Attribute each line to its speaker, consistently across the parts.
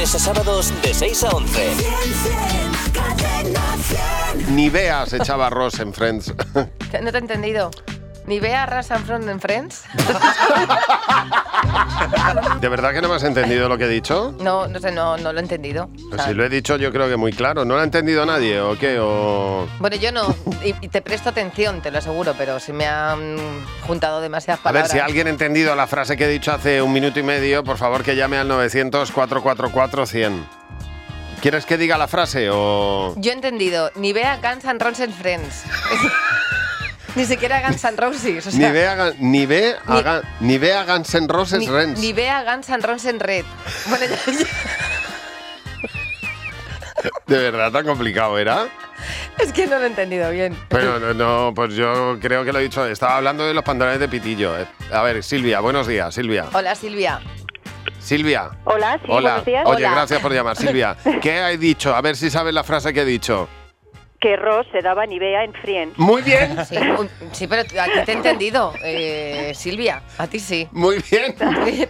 Speaker 1: a sábados de 6 a 11.
Speaker 2: Ni veas echaba Ross en Friends.
Speaker 3: Que No te he entendido. Ni vea Ras and Front en Friends.
Speaker 2: ¿De verdad que no me has entendido lo que he dicho?
Speaker 3: No, no sé, no, no lo he entendido. O
Speaker 2: Pues
Speaker 3: sea,
Speaker 2: si lo he dicho yo creo que muy claro. ¿No lo ha entendido nadie o qué? O...
Speaker 3: Bueno, yo no. Y, y te presto atención, te lo aseguro, pero si me han juntado demasiadas
Speaker 2: A ver,
Speaker 3: palabras.
Speaker 2: si alguien ha entendido la frase que he dicho hace un minuto y medio, por favor que llame al 900-444-100. ¿Quieres que diga la frase o...?
Speaker 3: Yo he entendido. Ni vea Guns N' Roses en Friends. ni siquiera Guns N' Roses. O sea,
Speaker 2: ni, ve a, Gan- ni, ve a
Speaker 3: ni-
Speaker 2: Gan- ni ve a Guns N' Roses
Speaker 3: ni-
Speaker 2: Rens.
Speaker 3: ni vea Guns N' Roses en Red. Bueno, ya- ya-
Speaker 2: De verdad, tan complicado era.
Speaker 3: es que no lo he entendido bien.
Speaker 2: Pero no, no, pues yo creo que lo he dicho. Estaba hablando de los pantalones de pitillo. eh. A ver, Silvia, buenos días, Silvia.
Speaker 3: Hola, Silvia.
Speaker 2: Silvia.
Speaker 4: Hola, sí,
Speaker 2: Hola.
Speaker 4: buenos días.
Speaker 2: Oye,
Speaker 3: Hola.
Speaker 2: gracias por llamar, Silvia. ¿Qué he dicho? A ver si sabes la frase que he dicho.
Speaker 4: Que Ross se daba Nivea en Friends.
Speaker 2: Muy bien.
Speaker 3: Sí, un- sí, pero a ti te he entendido, eh, Silvia. A ti sí.
Speaker 2: Muy bien.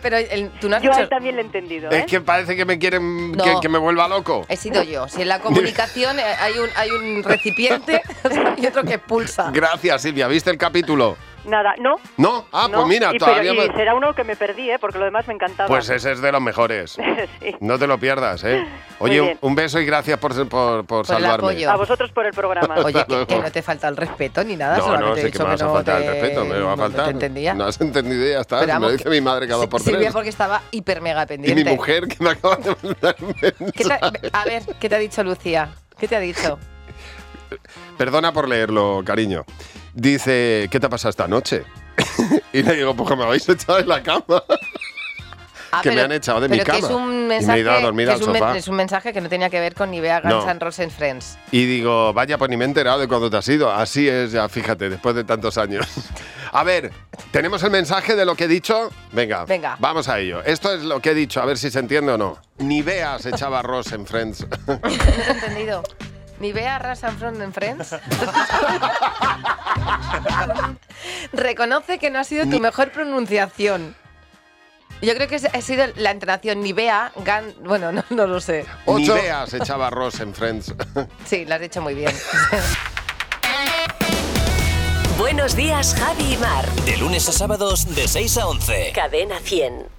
Speaker 3: Pero el- tú no has
Speaker 4: Yo a
Speaker 3: dicho-
Speaker 4: él también lo he entendido, ¿eh?
Speaker 2: Es que parece que me quieren
Speaker 3: No.
Speaker 2: que, que me vuelva loco.
Speaker 3: He sido yo. Si en la comunicación eh, hay un, hay un recipiente y otro que expulsa.
Speaker 2: Gracias, Silvia. ¿Viste el capítulo?
Speaker 4: Nada, no.
Speaker 2: No. Ah,
Speaker 4: no.
Speaker 2: pues mira,
Speaker 4: y, pero-
Speaker 2: todavía me-
Speaker 4: y será uno que me perdí, ¿eh? Porque lo demás me encantaba.
Speaker 2: Pues ese es de los mejores.
Speaker 4: Sí.
Speaker 2: No te lo pierdas, ¿eh?
Speaker 4: Muy
Speaker 2: Oye, un,
Speaker 4: bien.
Speaker 2: un beso y gracias por, por, por
Speaker 3: Por el
Speaker 2: salvarme.
Speaker 3: Pues apoyo.
Speaker 4: A vosotros por el programa.
Speaker 3: Oye,
Speaker 2: luego.
Speaker 3: que, que no te falta el respeto ni nada,
Speaker 2: No, no,
Speaker 3: solamente
Speaker 2: sí
Speaker 3: he
Speaker 2: que
Speaker 3: dicho
Speaker 2: me vas
Speaker 3: que
Speaker 2: a
Speaker 3: no
Speaker 2: faltar
Speaker 3: te-
Speaker 2: el respeto, me va a
Speaker 3: no- no
Speaker 2: faltar.
Speaker 3: te entendía.
Speaker 2: No has entendido y ya está.
Speaker 3: Pero
Speaker 2: me
Speaker 3: vamos,
Speaker 2: lo dice mi madre cada
Speaker 3: Si-
Speaker 2: dos por tres.
Speaker 3: Silvia porque estaba hiper mega
Speaker 2: y
Speaker 3: pendiente.
Speaker 2: mi mujer que me acaba de mandar un
Speaker 3: ¿Qué te ha-
Speaker 2: mensaje.
Speaker 3: a ver, ¿qué te ha dicho Lucía? ¿Qué te ha dicho?
Speaker 2: Perdona por leerlo, cariño. Dice, ¿qué te ha pasado esta noche? y le digo, pues que me habéis echado de la cama.
Speaker 3: Ah,
Speaker 2: Que me han echado de mi
Speaker 3: pero que
Speaker 2: cama.
Speaker 3: es
Speaker 2: Y me he
Speaker 3: un mensaje,
Speaker 2: ido a dormir
Speaker 3: que
Speaker 2: al
Speaker 3: es, un men-
Speaker 2: sofá.
Speaker 3: es un mensaje que no tenía que ver con Nivea Guns
Speaker 2: No.
Speaker 3: N' Roses Friends.
Speaker 2: Y digo, vaya, pues ni me he enterado de cuándo te has ido. Así es, ya fíjate, después de tantos años. A ver, ¿tenemos el mensaje de lo que he dicho? Venga,
Speaker 3: Venga.
Speaker 2: vamos a ello. Esto es lo que he dicho, a ver si se entiende o no. Ni veas echaba Ross en Friends.
Speaker 3: No he entendido. Nivea Ras and Front en Friends. Reconoce que no ha sido tu mejor pronunciación. Yo creo que ha sido la entonación Nivea Gan. Bueno, no, no lo sé.
Speaker 2: Ni
Speaker 3: Ocho-
Speaker 2: veas echaba Ross en Friends.
Speaker 3: Sí, lo has dicho muy bien.
Speaker 5: Buenos días, Javi y Mar.
Speaker 1: De lunes a sábados de 6 a 11.
Speaker 5: Cadena 100.